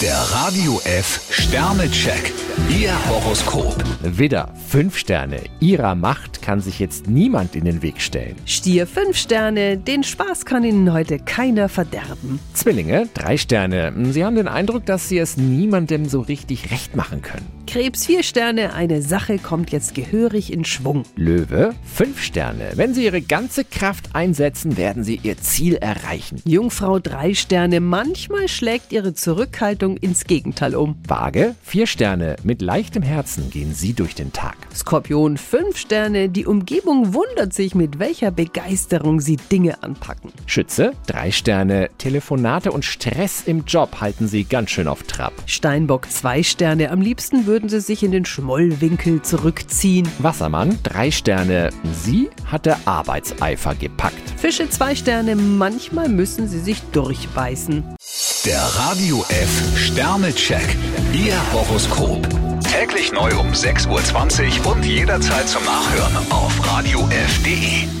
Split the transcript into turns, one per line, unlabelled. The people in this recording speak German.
Der Radio F Sternecheck. Ihr Horoskop.
Widder, 5 Sterne. Ihrer Macht kann sich jetzt niemand in den Weg stellen.
Stier 5 Sterne, den Spaß kann Ihnen heute keiner verderben.
Zwillinge, 3 Sterne. Sie haben den Eindruck, dass Sie es niemandem so richtig recht machen können.
Krebs 4 Sterne, eine Sache kommt jetzt gehörig in Schwung.
Löwe, 5 Sterne. Wenn Sie Ihre ganze Kraft einsetzen, werden Sie Ihr Ziel erreichen.
Jungfrau 3 Sterne, manchmal schlägt Ihre Zurückhaltung ins Gegenteil um.
Waage, 4 Sterne. Mit leichtem Herzen gehen Sie durch den Tag.
Skorpion 5 Sterne, die Umgebung wundert sich, mit welcher Begeisterung Sie Dinge anpacken.
Schütze, 3 Sterne. Telefonate und Stress im Job halten Sie ganz schön auf Trab.
Steinbock 2 Sterne, am liebsten würden Sie sich in den Schmollwinkel zurückziehen.
Wassermann, 3 Sterne. Sie hat der Arbeitseifer gepackt.
Fische 2 Sterne, manchmal müssen Sie sich durchbeißen.
Der Radio F Sternecheck. Ihr Horoskop. Täglich neu um 6.20 Uhr und jederzeit zum Nachhören auf Radio radiof.de.